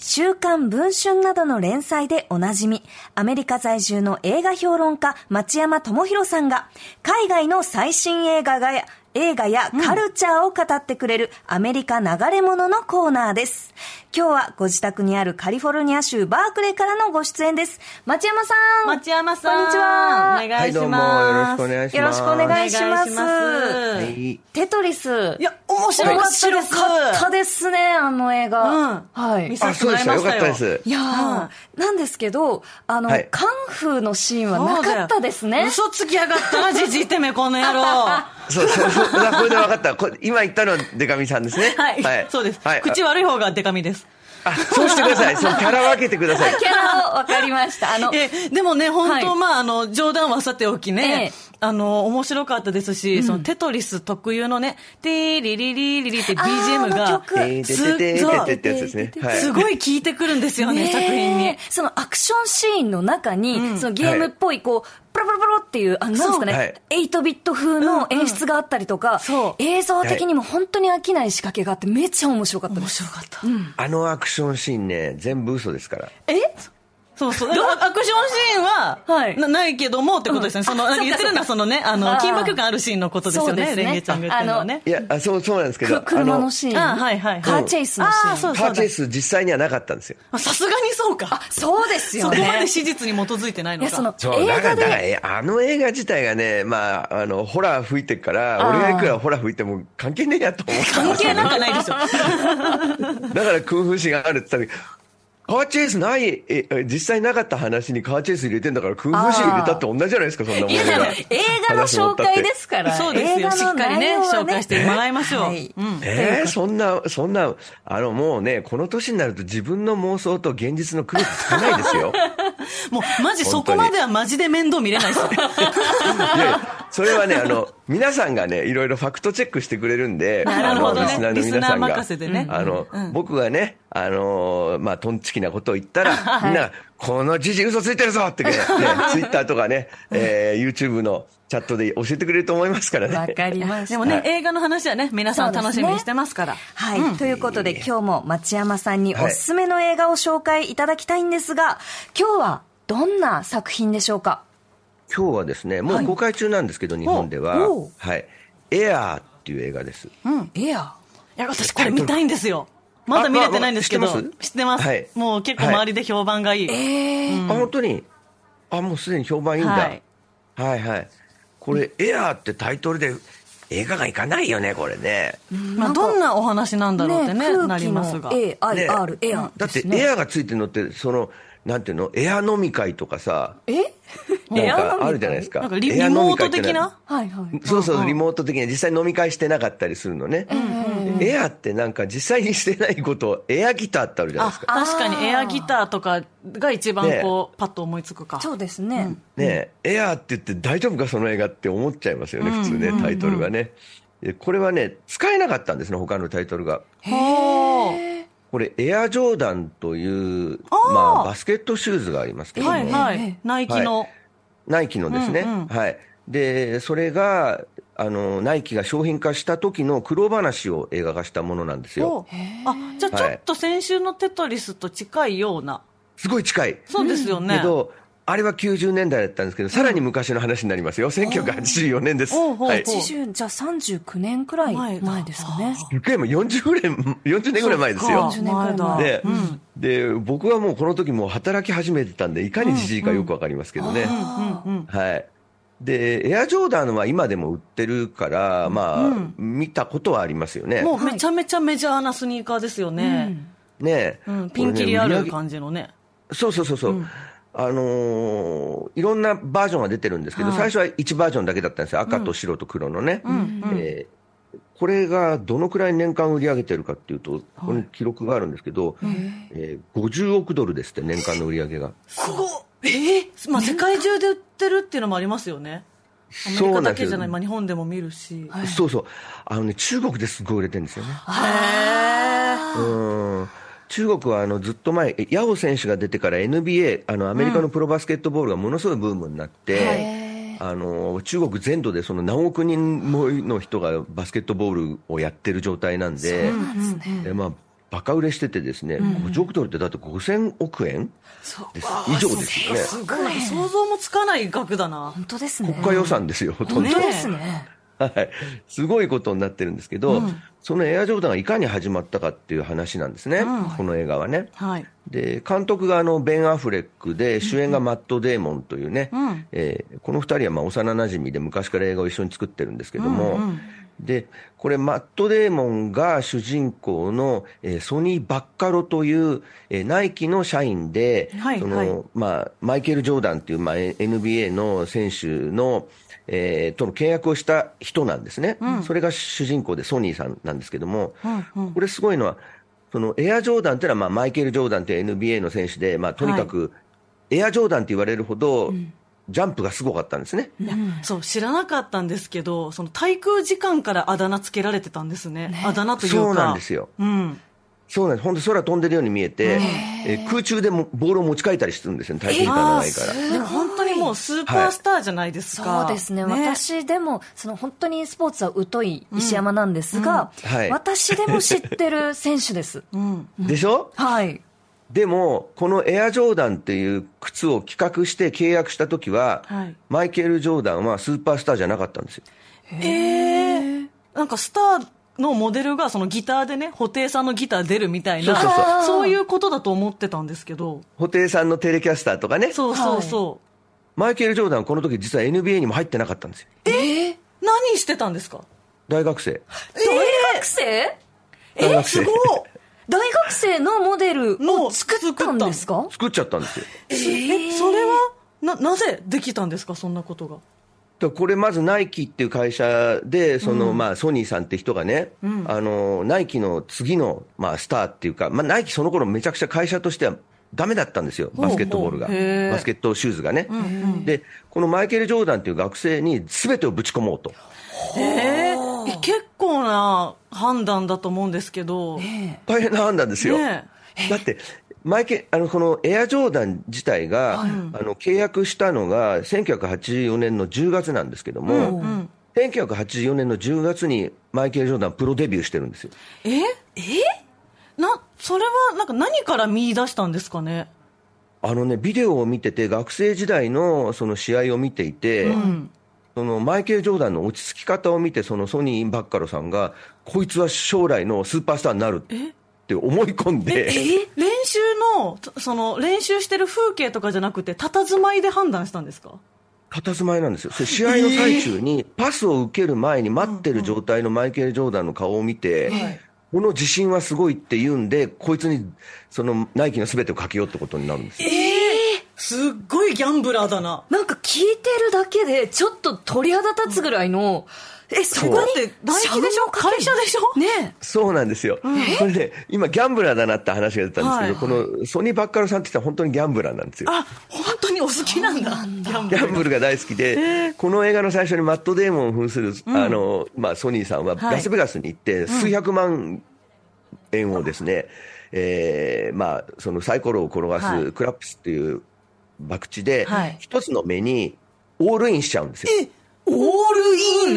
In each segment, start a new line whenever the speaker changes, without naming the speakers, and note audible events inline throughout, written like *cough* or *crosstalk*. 週刊文春などの連載でおなじみ、アメリカ在住の映画評論家、町山智博さんが、海外の最新映画がや、映画やカルチャーを語ってくれるアメリカ流れ物のコーナーです。今日はご自宅にあるカリフォルニア州バークレーからのご出演です。町山さん。
町山さん。
こんにちは。
お
よ
願いします。
はいどうもよろしくお願いしま
ろし
す
くお願いします。
お願いします
はい
テトリス。
いや、面白かったです。
面白かったですね、あの映画。
うん
はい
見。せ
あ、そうでした。よかったです
い。やー、なんですけど、あの、
はい
カンフーのシーンはなかったですね。
嘘つきやがったな、じじいてめ、この野郎。
*laughs*
は
そうそうそう。あこれで分かった。こ今言ったのはデカミさんですね。
い、そうです。
はい。
口悪い方がデカミです。
あ、そうしてください。そう、キャラ分けてください。
キャラを分かりました。あの、
*laughs* え、でもね、本当、
はい
まあ、あの、冗談はさておきね、
え
あの、面白かったですし、その、テトリス特有のね、ティーリリリリリって
あー
BGM
あの
が、
曲
てーてーてーてーてーてーってやつですね。はい。
すごい効いてくるんですよね、
ねえ
作品に。
そのアクションシーンの中に、そのゲームっぽい、こう、プロプロプロっていう、あの、なんですかね、8ビット風の演出があったりとか、
そう
映像的にも本当に飽きない仕掛けがあって、めっちゃ面白かったで
面
す。
白かった。
あのアクションシーンね、全部嘘ですから。
え
そうそう。あアクションシーンは、
はい
なないけどもってことですよね。
うん
その、
あそっか
言ってるのはそのね、あ
あ
の、
ー
緊迫感あるシーンのことですよ
そうで
ね、
すね
レンゲちゃんが言ってるのはね。
いや、あそう、そうなんですけど
く、車のシーン。
あはいはいはい
カーチェイスのシーン。
あーそう
カーチェイス実際にはなかったんですよ。
あさすがにそうか。
そうです
そ
よ
こ
ね。
まで史実に基づいてな
い
いの
や、
か。
その、
そう、
映
だか
画
ら、だから
で、
えあの映画自体がね、まあ、あの、ホラー吹いてっから、
あー
俺がいくらホラー吹いても関係ねえやと思ったんで
関
す
係
よ。
なんかないでしょ。
だから空風心があるって言った時、カーチェイスない、え、え実際なかった話にカーチェイス入れてんだから空風心入れたって同じじゃないですか、そんなもん
いや
が。
でも映画の紹介で
か
すから。
そうですよ
映画の内容は
しっかりね紹介してもらいましょう
はい
うん
えー、そんな、そんな、あの、もうね、この年になると自分の妄想と現実の区別つかないですよ。
もう、マジそこまではマジで面倒見れ *laughs* ないですよ。
いやいやそれはね、あの、皆さんがね、いろいろファクトチェックしてくれるんで、
なるほどね
あのリスナ
リスナ
ーの皆さん
ー任
が、
せでね
あの、
うん
僕がね、あのーまあ、トンチキなことを
*laughs*
言ったら、みんなが、このじじ嘘ついてるぞってね、ね、ツイッターとかね、えー、YouTube のチャットで教えてくれると思いますからね。
わかりました。
でもね、映画の話はね、皆さん楽しみにしてますから。
はい、ということで今日も町山さんにおすすめの映画を紹介いただきたいんですが、今日はどんな作品でしょうか
今日はですね、もう公開中なんですけど、日本では
おう、
はい、エアーっていう映画です。
エア
いや、私これ見たいんですよ。まだ見れてないんですけど、
あまあまあ
知ってます
はい
もう結構周りで評判がいい。
えー、
あ、本当にあ、もうすでに評判いいんだ。
は
はいい、はい、これ、エアーってタイトルで映画がいかないよね、これね。
まあ、どんなお話なんだろうってね、な
空
り
気
ますが
の。AIR、エア
だ
で
って
す、ね
エアーがついてるのって、その、なんていうの、エア飲み会とかさ、
え
なんかあるじゃないですか。
なんかリ
エア
リ
飲み
モー
会
ト
って
的な
はいはい
そうそう、リモート的に実際飲み会してなかったりするのね。エアってなんか実際にしてないことをエアギターってあるじゃないですか。
確かにエアギターとかが一番こう、パッと思いつくか。
そうですね、
ねえ、エアーって言って大丈夫かその映画って思っちゃいますよね、普通ね、タイトルがね。でこれはね、使えなかったんですね、他のタイトルが。
ほー
これ、エアジョーダンという、
あー
まあ、バスケットシューズがありますけども、
はいは
え
い
え。
ナイキの。
ナイキのですね、
うんうん
はい。で、それが、あの、ナイキが商品化した時の苦労話を映画化したものなんですよ。
ほうあ、じゃあちょっと先週のテトリスと近いような。
すごい近い。
そうですよね
け。ど、あれは90年代だったんですけど、さらに昔の話になりますよ。1984年です。
おうおうおう
はい。す
80じゃあ39年くらい
前だ
前ですかね
げえもう40ぐらい、40年ぐらい前ですよ。
そっか前だ
40
で、で、僕はもうこの時もう働き始めてたんで、いかにじじいかよくわかりますけどね。
あ
うんうん。
はい。で、エアジョーダンは今でも売ってるから、まあ、見たことはありますよね。
もうめちゃめちゃメジャーなスニーカーですよね。
ねえ、
うん、ピンキリある感じのね。
じ。そうそうそうそう。あのーいろんなバージョンが出てるんですけど、
はい
最初は1バージョンだけだったんですよ。赤と白と黒のね。えーこれがどのくらい年間売り上げてるかっていうと、この記録があるんですけど、えー50億ドルですって、年間の売り上げが。
すごっええまあ世界中で売ってるっていうのもありますよね。アメリカだけじゃない、まあ日本でも見るし。
そうそう。あのね、中国ですごい売れてるんですよね。うん。中国はあのずっと前、ヤオ選手が出てから NBA、あのアメリカのプロバスケットボールがものすごいブームになって、あの中国全土でその何億人もの人がバスケットボールをやってる状態なんで、でまあ、バカ売れしててですね、50億ドルってだって5000億円です以上ですよね。
すごい。なんか想像もつかない額だな。
本当ですね。
国家予算ですよ、ほとん
本
ど。
当ですね。
はい、すごいことになってるんですけど、そのエアジョーダンがいかに始まったかっていう話なんですね、この映画はね。
はい。
で監督があのベン・アフレックで主演がマット・デーモンというね、
ん
えーこの2人はまあ幼なじみで昔から映画を一緒に作ってるんですけども、でこれマット・デーモンが主人公の、えーソニー・バッカロという、えーナイキの社員で、
はい
その
はい
まあ、マイケル・ジョーダンという、まあ、え NBA の選手の、えーとの契約をした人なんですね、それが主人公でソニーさんなんですけども、これすごいのは、そのエア・ジョーダンっていうのは、まあ、マイケル・ジョーダンという NBA の選手で、まあ、とにかく、エア・ジョーダンって言われるほど、ジャンプがすごかったんですね。
いやそう知らなかったんですけどその滞空時間からあだ名つけられてたんですねあだ名というか
そうなんですよ
うん
そうなんです。ほんで空飛んでるように見えて、えー空中でもボールを持ち替えたりしてるんですよね、体験感
あ
長
ー
いから。
すごい
でも本当にもうスーパースターじゃないですか、
そうですね私でもその本当にスポーツは疎い石山なんですが、
うんはい
私でも知ってる選手です。
うん
でしょ
はい、
でも、このエアジョーダンっていう靴を企画して契約した時は、
はい
マイケル・ジョーダンはスーパースターじゃなかったんですよ。
えーなんかスターのモデルがそのギターでね布袋さんのギター出るみたいな
そうそう
そう
そういうことだと思ってたんですけど
布袋さんのテレキャスターとかね、
そうそうそ
マイケル・ジョーダンはこの時実は NBA にも入ってなかったんですよ。
う、何してたんですか
大学生。
大学生
大学生。
大学生のモデルを
の
作ったんですか
作っちゃったんですよ。
えそれはななぜできたんですかそんなことが
だからこれまずナイキっていう会社で、そのまあソニーさんって人がね、あのナイキの次のまあスターっていうか、まあ、ナイキその頃めちゃくちゃ会社としてはダメだったんですよ、バスケットボールが、
ほうほうへー
バスケットシューズがね。で、このマイケル・ジョーダンっていう学生にすべてをぶち込もうと。
えー、結構な判断だと思うんですけど、ね
大変な判断ですよ。だって、マイケあのこのエアジョーダン自体が、あの契約したのが1984年の10月なんですけども、1984年の10月にマイケル・ジョーダン、プロデビューしてるんですよ。
ええなそれはなんか何から見出したんですかね
あのね、ビデオを見てて、学生時代のその試合を見ていて、そのマイケル・ジョーダンの落ち着き方を見て、そのソニー・バッカロさんが、こいつは将来のスーパースターになるって思い込んで。
練習のそその練習してる風景とかじゃなくて佇まいで判断したんですか
佇まいなんですよ。それ試合の最中に、パスを受ける前に待ってる状態のマイケル・ジョーダンの顔を見て、この自信はすごいって言うんで、こいつに、その、ナイキの全てをかけようってことになるんですよ。
すっごいギャンブラーだな
なんか聞いてるだけでちょっと鳥肌立つぐらいの、えそこ
だっ
に
て大気でしょ会社でしょ、
ね
そうなんですよ。これで、今、ギャンブラーだなって話が出たんですけど、この、ソニー・バッカロさんって人は本当にギャンブラーなんですよ。
あ本当にお好きなんだギャンブ
ギ
ラー
ャンブルが大好きで、この映画の最初にマット・デーモンを扮する、あの、まあ、ソニーさんは
はい
ラスベガスに行って、数百万円をですね、えーまあ、そのサイコロを転が
は
すクラップスっていう博打で
はい、
一つの目にオールインしちゃうんですよ。
オール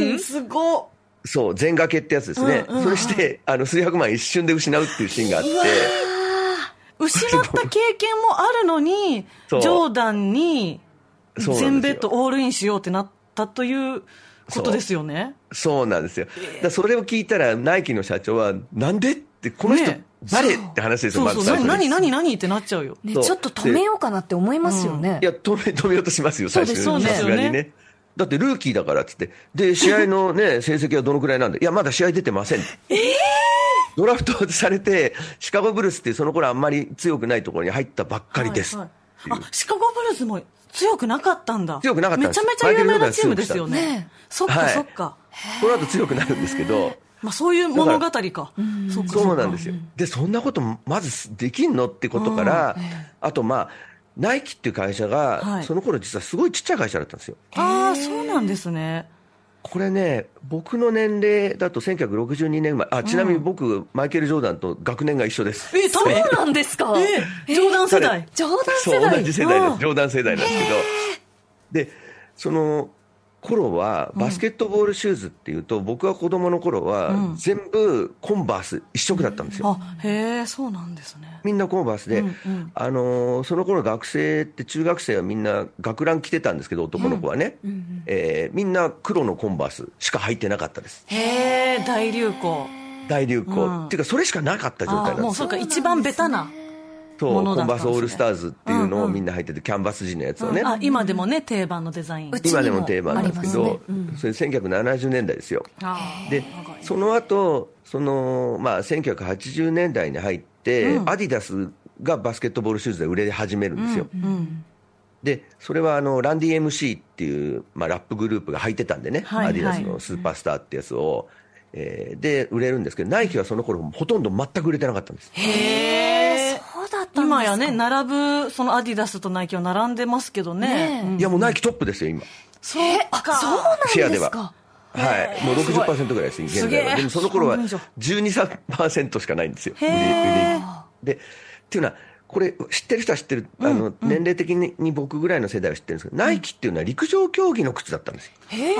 インすご
そう、全掛けってやつですね。それして、あの、数百万一瞬で失うっていうシーンがあって、
失った経験もあるのにジ
そ
ョ
う
ーダンに
そうなんですよ
全ベッドオールインしようってなったということですよね
そうなんですよ。だからそれを聞いたら、ナイキの社長は、なんでって、この人
ね
誰って話です
そ
よ、
う
ま
そ
ず
う
最初
何
に。
何何何ってなっちゃうよ
えね
そう
ちょっと止めようかなって思いますよね
い。や、止め、止めようとしますよ、
そう
最
です
初
そう
に。
で
さ
す
す
よ
が
ね
にね。だってルーキーだからっつって。で、試合の
*laughs*
ね、成績はどのくらいなんだいや、まだ試合出てません。ドラフトされて、シカゴブルースっていうその頃あんまり強くないところに入ったばっかりです。
はいはいあシカゴブルーズも強くなかったんだ
強くなかったん
め
で
ちゃ
す
めちゃ有名なチームですよ
マイケルジョーダン強くしたんです
ね
ね
そっ
は
か
い
そっか
この後強くなるんですけど、
まあそういう物語かそっか
そうなんですよ。で、そんなことまずできんのってことから、あとまあ、ナイキっていう会社
は
が、
い
その頃実はすごいちっちゃい会社だったんですよ。
ああそうなんですね
これね、僕の年齢だと1962年生まれ、あ、ちなみに僕、マイケル・ジョーダンと学年が一緒です。
え多
そう
分
なんですか。
えジョーダン世代
冗談
そう、
世
同
代
じ世代
う
で
ん
す。ジョーダン世代なんですけど。で、その、頃は、バスケットボールシューズっていうと、僕が子供の頃は、全部コンバース一色だったんですよ。
あへえそうなんですね
みんなコンバースで、
うんうん
あのーその頃学生って中学生はみんな学ラン着てたんですけど男の子はね、えーみんな黒のコンバースしか履いてなかったです
へえ大流行
大流行、
うん
っていうかそれしかなかった状態
あ
なん
も
で
う
す
そう
よ
か一番ベタな、
そう
もの
コ
だっ
ン
たん
バー
です
ス
ね
オールスターズっていうの
うんう
を
ん
みんな履いててキャンバス地のやつをね、
あ今でもね定番のデザイン
うちにも
今でも定番なんですけど
ありますね
それ1970年代ですよ
あ
でその後そのまあ1980年代に入って、アディダスがバスケットボールシューズで売れ始めるんですよ、
うん
でそれはあのランディ MC っていう、まあ、ラップグループが履いてたんでね、
はい
アディダスのスーパースターってやつを、えーで売れるんですけど、ナイキはその頃ほとんど全く売れてなかったんです。
へえ
そうだったんですか
今やね並ぶそのアディダスとナイキは並んでますけどね
ねえ
うん
いやもうナイキトップですよ、今、
そうか
そうなんですか
シェアでは。はい、もう60%ぐらいです、
す
現
げえ
在は。でもその頃は
半分以上
12、3%しかないんですよ、売
へ
れ
え
売れで、っていうのは、これ、知ってる人は知ってる、あの年齢的にに僕ぐらいの世代は知ってるんですけど、ナイキっていうのは陸上競技の靴だったんですよ、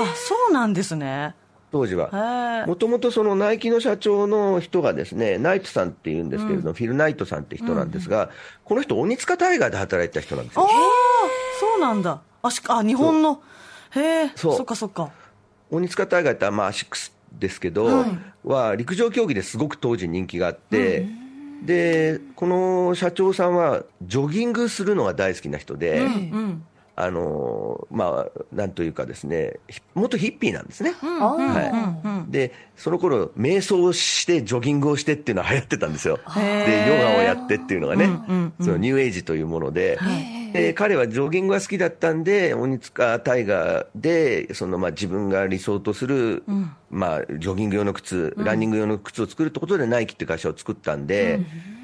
あそうなんですね
当時は。
へえ
もともとそのナイキの社長の人がですね、ナイトさんっていうんですけれども、フィル・ナイトさんって人なんですが、この人、鬼塚タイガーで働いてた人なんです
ああ
よ。
そうなんだあしあ日本のへえ
そう
そっかそっか
鬼塚タイガーって、まあ、アシックスですけど、は陸上競技ですごく当時人気があって、で、この社長さんは、ジョギングするのが大好きな人で、
うん
あのまあ、なんというかですね、ひ元ヒッピーなんですね。
あー
はいで、その頃瞑想をして、ジョギングをしてっていうのは流行ってたんですよ。
へ
で、
え
ヨガをやってっていうのがね、
ん
そのニューエイジというもので、で彼はジョギングが好きだったんで、鬼塚大河で、そのまあ自分が理想とする、まあ、ジョギング用の靴、ランニング用の靴を作るってことで、ナイキって会社を作ったんで、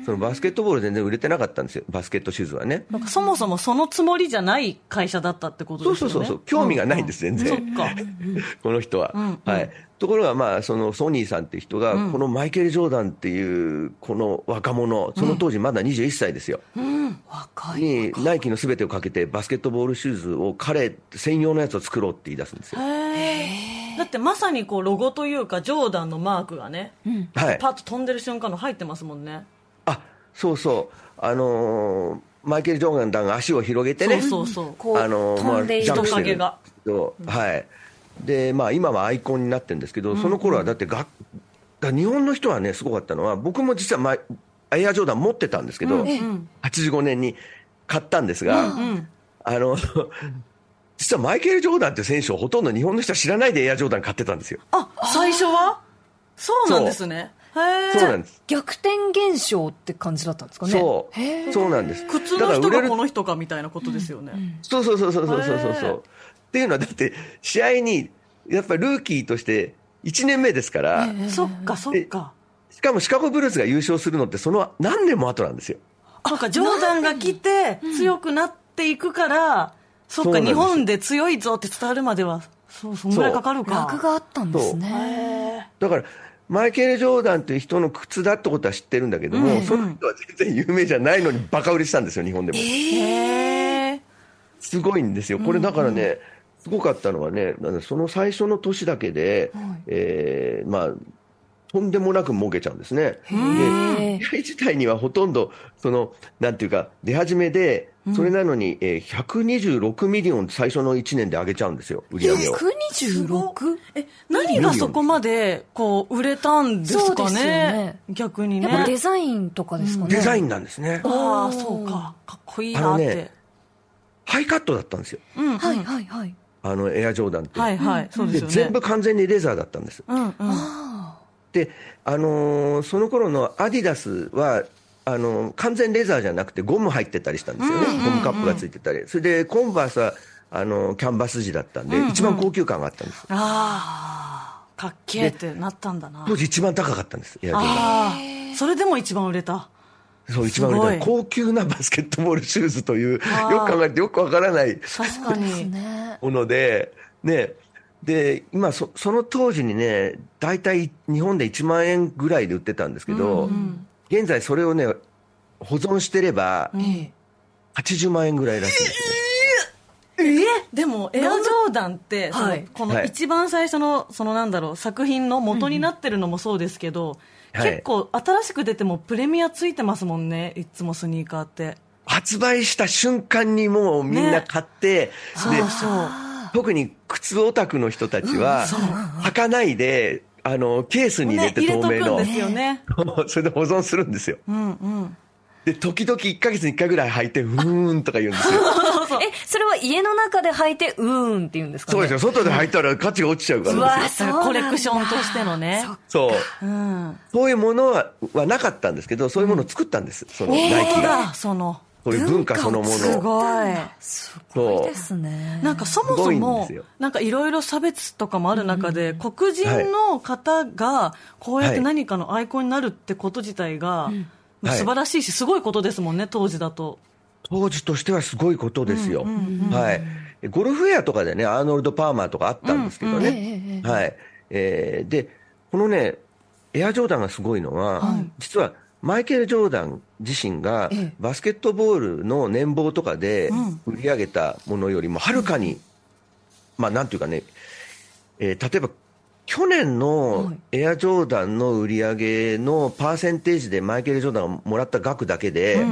そのバスケットボール全然売れてなかったんですよ、バスケットシューズはね。
なんかそもそもそのつもりじゃない会社だったってこと
そう
です
そ
よ
う
ね
そうそう、興味がないんです、全然。
そっか
*laughs* この人は。はい、ところが、まあ、そのソニーさんっていう人が、このマイケル・ジョーダンっていう、この若者、その当時まだ21歳ですよ、
若い
に、ナイキのすべてをかけて、バスケットボールシューズを彼専用のやつを作ろうって言い出すんですよ。
へえだってまさにこうロゴというかジョーダンのマークがね、
はい
パッと飛んでる瞬間の入ってますもんね
あそうそう、あのーマイケル・ジョーダンが足を広げてね、
そうそうそう
こう
あの
飛んでい
ジ
る
ャ
人
ンプして
影
るんで
が
すけど、はいでまあ、今はアイコンになってるんですけど、その頃はだってが、だ日本の人はね、すごかったのは、僕も実はマイエアジョーダン持ってたんですけど、85年に買ったんですが、あの実はマイケル・ジョーダンって選手をほとんど日本の人は知らないでエアジョーダン買ってたんですよ。
あ最初はそうなんですねへ
そう
え
なんです
逆転現象って感じだったんですかね
そ
へ
う
ー
そうなんです
靴
だか
の
ら
人
売れ
が
る
この人かみたいなことですよね、
そうそうそうそうそうそうそう
へ
そう
ー
っていうのはだって試合にやっぱりルーキーとして1年目ですから、
そっかそっか
しかもシカゴブルーズが優勝するのってその何年も後なんですよ。
そっかジョーダンが来て強くなっていくからそ
そ
っか
うなん
日
です
本で強いぞって伝わるまではそうそんぐらいかかるか
楽があったんですね
だからマイケル・ジョーダンという人の靴だってことは知ってるんだけども、その人は全然有名じゃないのにバカ売れしたんですよ、日本でも。
へえ
すごいんですよ。これだからね、すごかったのはね、なんだその最初の年だけで、えーまあ、とんでもなく儲けちゃうんですね。で、試合自体にはほとんど、その、なんていうか、出始めで、それなのに、えー126ミリオン最初の1年で上げちゃうんですよ、売り上げを。
126?
え何がそこまでこう売れたんです
そう
か
ですよ
ね
ね
逆にね
やっぱデザインとかですかね
デザイ
ン
ンなんですね。
ああそうかかっこいいなって、
あのねハイカットだったんですよ。
うん
はいはいはい
あの、エアジョーダンって。
はいはい、そうです
で
よね
全部完全にレザーだったんです。
うんうん
で、あのーその頃のアディダスは、あのー完全レザーじゃなくてゴム入ってたりしたんですよね。ゴムカップがついてたり。それで、コンバースは、あのーキャンバス地だったんで、一番高級感があったんです。
ああかっけえってなったんだな
当時一番高かったんです。エアジョーダン
ああそれでも一番売れた
そう、一番売れた
す
高級なバスケットボールシューズという、よく
あー
考えてよくわからない
確かに
ね
もので、ね、で、今そ、その当時にね、大体日本で1万円ぐらいで売ってたんですけど、現在それをね、保存してれば、80万円ぐらいらしいですね。
えでもエアジョーダンってその
はい
この
はい
一番最初のそのなんだろう作品の元になってるのもそうですけど、
うんはい
結構新しく出てもプレミアついてますもんねいつもスニーカーって
発売した瞬間にもうみんな買って、
そう
で
そう
特に靴オタクの人たちは、履かないで、あの、ケースに入れて
ね
透明
入れと
の
くんですよね、
*laughs* それで保存するんですよ。
うんうん
で、時々1ヶ月に1回ぐらい履いて、うーんとか言うんで
*laughs*
すよ。
え、それは家の中で履いて、うーんって言うんですかね
そうですよ。外で履いたら価値が落ちちゃうか
う
ら
わ
ですよ。
そうなんだ
コレクションとしてのね
そう。
うん
そういうものははなかったんですけど、そういうものを作ったんです。そのナイキ
そう
が。
だその
そういう文化そのも
す
のを。
ごい
す
ごいそうです
ね
なんかそもそ
すごいんで
も
すよ
なんかいろいろ差別とかもある中で、黒人の方がこうやって何かのアイコンになるってこと自体が、まあ
はい
素晴らしいしすごいことですもんね当時だと
当時としてはすごいことですよ。はい。ゴルフウェアとかでね、アーノルド・パーマーとかあったんですけど
え
ね。
え
はい。えーで、このね、エアジョーダンがすごいのは、実はマイケル・ジョーダン自身が
ええ
バスケットボールの年俸とかで売り上げたものよりもはるかに、まあなんていうかね、えー例えば去年
は
の
い
エアジョーダンの売り上げのパーセンテージでマイケル・ジョーダンがもらった額だけで、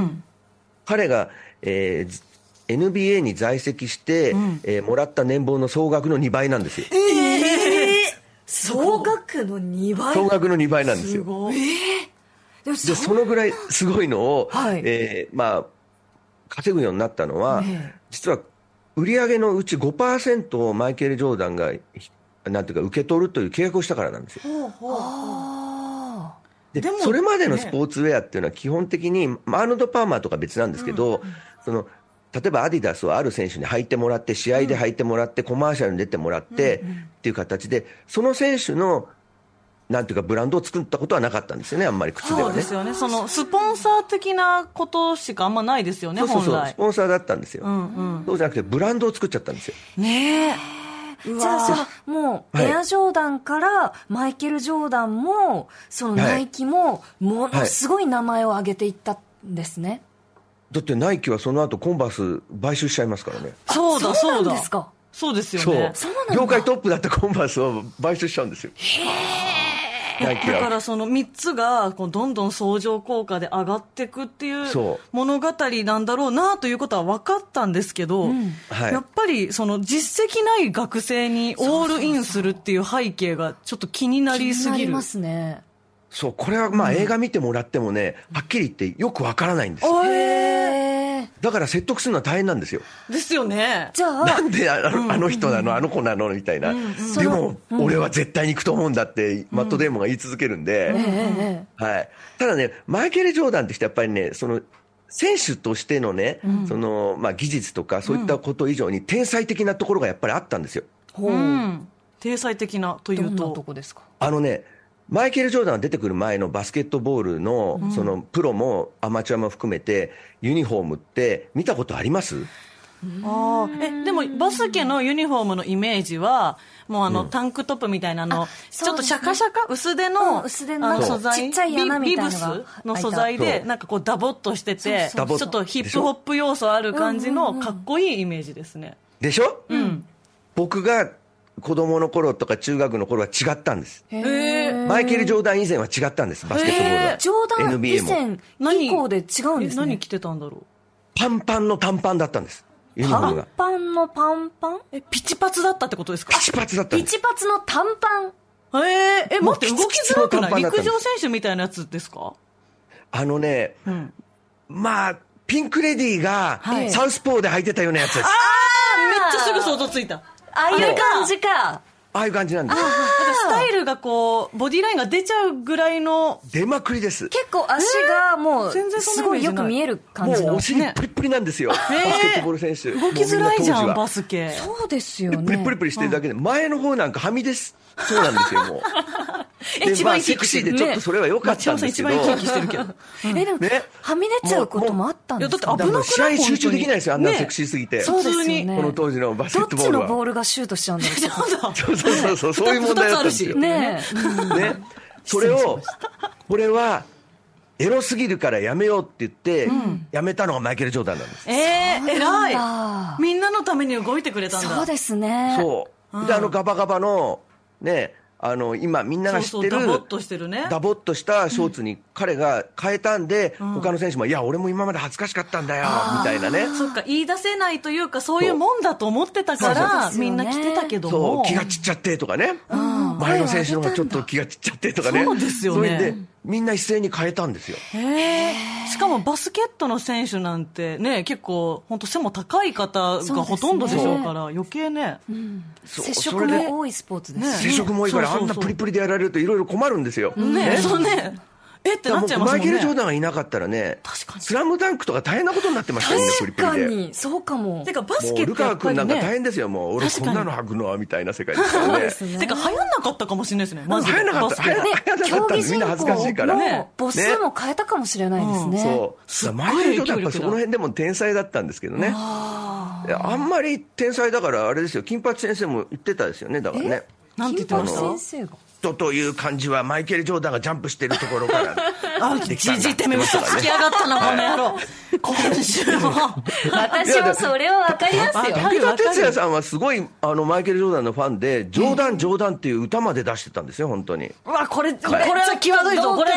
彼が、えー NBA に在籍して、えーもらった年俸の総額の2倍なんですよ。
総額の2倍
総額の2倍なんです
す
よ。
ごい
でも
で、そのぐらいすごいのを、
はい
えーまあ、稼ぐようになったのは、
ね
実は売り上げのうち5%をマイケル・ジョーダンが、ひなんていうか、受け取るという契約をしたからなんですよ。
ほうほう
あ
で
でも
それまでの
ね
スポーツウェアっていうのは基本的に、まあアーノルド・パーマーとか別なんですけど、その例えばアディダスをある選手に履いてもらって、試合で履いてもらって、コマーシャルに出てもらってっていう形で、その選手のなんていうか、ブランドを作ったことはなかったんですよね、あんまり靴で
そう
は
で
ね。
すよねそのスポンサー的なことしかあんまないですよね
そうそうそう、
本来
スポンサーだったんですよ。
うんうん
そうじゃなくて、ブランドを作っちゃったんですよ。
ねえ
ー
じゃ
う
あ
わー
さ、もう、
はい
エアジョーダンからマイケル・ジョーダンも、その
はい
ナイキも、ものすごい名前を挙げていったんですね。
だってナイキはその後コンバース買収しちゃいますからね。
そうだ
そ
そうう
なん
だ
ですか
そうですよ
そう
ね
業界トップだったコンバースを買収しちゃうんですよ。ナイキ
だか
は。
らその3つがこうどんどん相乗効果で上がっていくっていう
そう
物語なんだろうなということは分かったんですけど、
はい
やっぱりその実績ない学生にオールインするっていう背景がちょっと気になりす
な
ぎ
り
る。
ますね
そう、これはまあ映画見てもらってもね、はっきり言ってよくわからないんですよ。
へえ
だから説得するのは大変なんですよ。
ですよね。
じゃあ
な、んであのあの人なの、あの子なのみたいな。でも、俺は絶対に行くと思うんだって、マット・デーモンが言い続けるんで。
ええ
はい、ただね、マイケル・ジョーダンって人はやっぱりね、その選手としてのね、そのまあ、技術とか、そういったこと以上に、天才的なところがやっぱりあったんですよ。
ほう
うん。体裁的なとい
どん
う
な
と。
とこですか
あのねマイケル・ジョーダンが出てくる前のバスケットボールの、そのプロもアマチュアも含めて、ユニフォームって見たことあります
ああえでもバスケのユニフォームのイメージはもうあの、タンクトップみたいなの
そう
ちょっとシャカシャカ薄手の,、
うん薄手の
あ
そ
の
う
素材
ちっちゃい穴みたいなのが
ビビブスの素材
開い
で
た
なんかこうダボっとしてて
そうそうそう
ちょっとヒップホップ要素ある感じのかっこいいイメージですね、
でしょ、
ん
僕が子供の頃とか中学の頃は違ったんです。
へ
え
マイケル・ジョーダン以前は違ったんです、バスケットボールは。
へー
ジョーダン
NBA
以
も
前、
何
以降で違うんで
え
す
何
ね。
着てたんだろう
パンパンの短パンだったんです、ユニフォー
パ
ム
ン
が。
パンのパンパン
えピチパツだったってことですか
ピチパチだったん
ピ
です。
チパツの短パン。
えー、え待って
もう
動きづらく
ピ
ない
チパツの短パンだったんで
陸
す
上選手みたいなやつですか
あのね、
うん
まあ、ピンクレディーが
はい
サウスポーで履いてたようなやつで
め
す。
っちゃすぐ想像ついた
ああいう感じか。
ああいう感じなんです。
なんかスタイルがこうボディラインが出ちゃうぐらいの
出まくりです。
結構足がもう、
えー全然そん
す
なイ
ご
メー
い
ジ
よ
ない
く見える感
も
じ
う
の
お。尻
ね
プリプリなんですよ。バスケットボール選手。
動きづらいじゃんバ
ス。
スケ
そうですよ
プリ
ね
プリプリしてるだけで、前の方なんかはみ出しそうなんです
*laughs*
よ、もう。で
一
ま
番生き生き
あセクシーでちょっとそれは良かったんですけど。
松山さん一番生き生きしてるけど
え、でも
ね、
はみ出ちゃうこともあったんですか
いやだって危なくない
試合に集中できないですよ、あんな
ね
セクシーすぎて。
そうですよ
普通
ね
に
この当時のバスケ
どっ
ットボ
ち
ール
の
は。
ボールがシュートしちゃうんですか
そうそうそうそ
*laughs*
う、そういう問題だったんですよ。
ねえ。
ね、それを、これはエロすぎるからやめようって言って、やめたのがマイケル・ジョーダンなんです。
えー、
なん
偉
だ
いみんなのために動いてくれたんだ
そうですね。
そう。で、あのガバガバの、ね、あの、今みんなが知
そ
っ
う
て
そう
る、
ダボっとしてるね
ダボっとしたショーツに彼が変えたんで、他の選手も、いや、俺も今まで恥ずかしかったんだよ、みたいなね。
そっか言い出せないというかそういうもんだと思ってたか
そう
ら
そうそう
みんな来てたけど
そ
も
う、気が散っちゃってとかね。
ん
前の選手の方がちょっと気が散っちゃってとかね。
そうですよね
それで、みんな一斉に変えたんですよ。
へーしかもバスケットの選手なんてね結構本当背も高い方がほとんどでしょうから余計ね
そう
接
そ
触
れで
も多いスポーツです。
ね
接触も多いから、
そ
あ
うそ
ん
うそう
なプリプリでやられるといろいろ困るんですよ。
ねそうねえってなっちゃいます
マ
も
イ
ん
ケル・ジョー
ね
ダンがいなかったらね、
確かに
スラムダンクとか大変なことになってましたよね、プリ
確
プリ
か
で。
に、そうかも。
てかバス
も
ケっ
うル
てや
カ
っぱ
君な
り
んか大
ね
変ですよ、もう俺、
確
こ
かに
んなの履くのはみたいな世界ですからね。
てか流行んなかったかもしれないですねマジで
流行んなかっ
バ
た、
スケ
流行流行んなか
競
ったん
技
で、み
人
んな恥ずかしい
口
から。
の母数も変えたかもしれないですね。
そう。
っ
マイケ
ご
ル・
い
ジョーダ
影響力
ン
だ
やっぱその辺でも天才だったんですけどね。いやあんまり天才だから、あれですよ、金八先生も言ってたですよね、だからね。
なんて言って
金
ま
八先
した
生が。
人という感じはマイケル・ジョーダンがジャンプしてるところから。
*laughs* あ
できたん
じ
だ
じってめ
*laughs*
嘘つきやがったな、この野郎。今週も。
私もそれはわかりますよ。
あ
武田
わかる
鉄矢さんはすごいあのマイケル・ジョーダンのファンで、ジョーダン、ジョーダンっていう歌まで出してたんですよ、本当に。
うわ、これ、これは際どいぞ。これ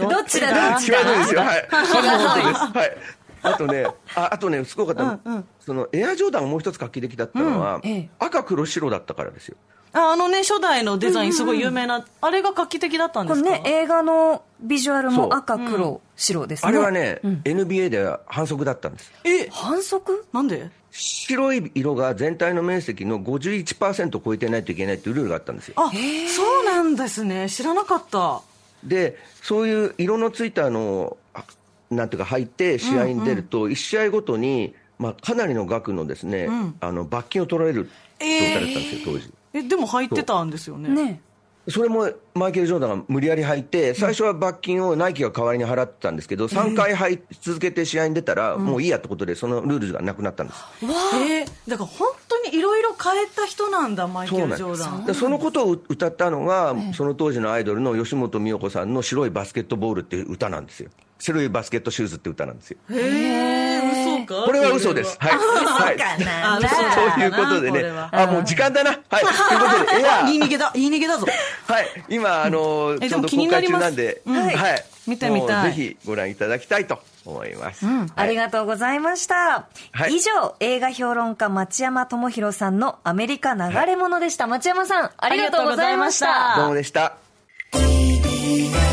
ど、どっちだ
どっ
*laughs*
ちだ
あ
どっちだ
違うですよ、はい、これも本当です。はいあとね、ああとね、すごかったの、そのエアジョーダンをもう一つ画期的だったのは、
ええ
赤、黒、白だったからですよ。
ああのね、初代のデザインすごい有名な、あれが画期的だったんで
これ
すか
ね、映画のビジュアル
そう
も赤、黒、白ですね。
あれはね、NBA では反則だったんです。
え、
反則
なんで
白い色が全体の面積の51%超えてないといけないっていうルールがあったんですよ。
あ、そうなんですね。知らなかった。
で、そういう色のついたのを、あなんていうか、履いて試合に出ると、1試合ごとに、まあ、かなりの額のですね、あの罰金を取られる状態だったんですよ、当時。
え、でも履いてたんですよね。
ね。
それもマイケル・ジョーダンが無理やり履いて、最初は罰金をナイキが代わりに払ってたんですけど、3回履い続けて試合に出たら、もういいやってことで、そのルールがなくなったんです。
えーだから本当にいろいろ変えた人なんだ、マイケル・ジョーダン。
でそのことを歌ったのが、その当時のアイドルの吉本美代子さんの白いバスケットボールっていう歌なんですよ。白いバスケットシューズって歌なんですよ。
へえ、嘘か
これは嘘です。。はい。はい。
あ、嘘
と
だ
いうことで
これ
ね
は。
あ、もう時間だな。はい。ということで、エア
言い逃げだ、言い逃げだぞ。
はい、今、あの
え
ち
で
ょう
も
ど
気に
公
な
開
り
中
ます
なんで、
うん
はい、
見てみたい
もうぜひご覧いただきたいと思います。
あ
はい
りがとうございました。
はい
以上、映画評論家町山智博さんのアメリカ流れ物でした。町山さん、ありがとうございまし
ありがとうございました
た。
どうもでした。
TBS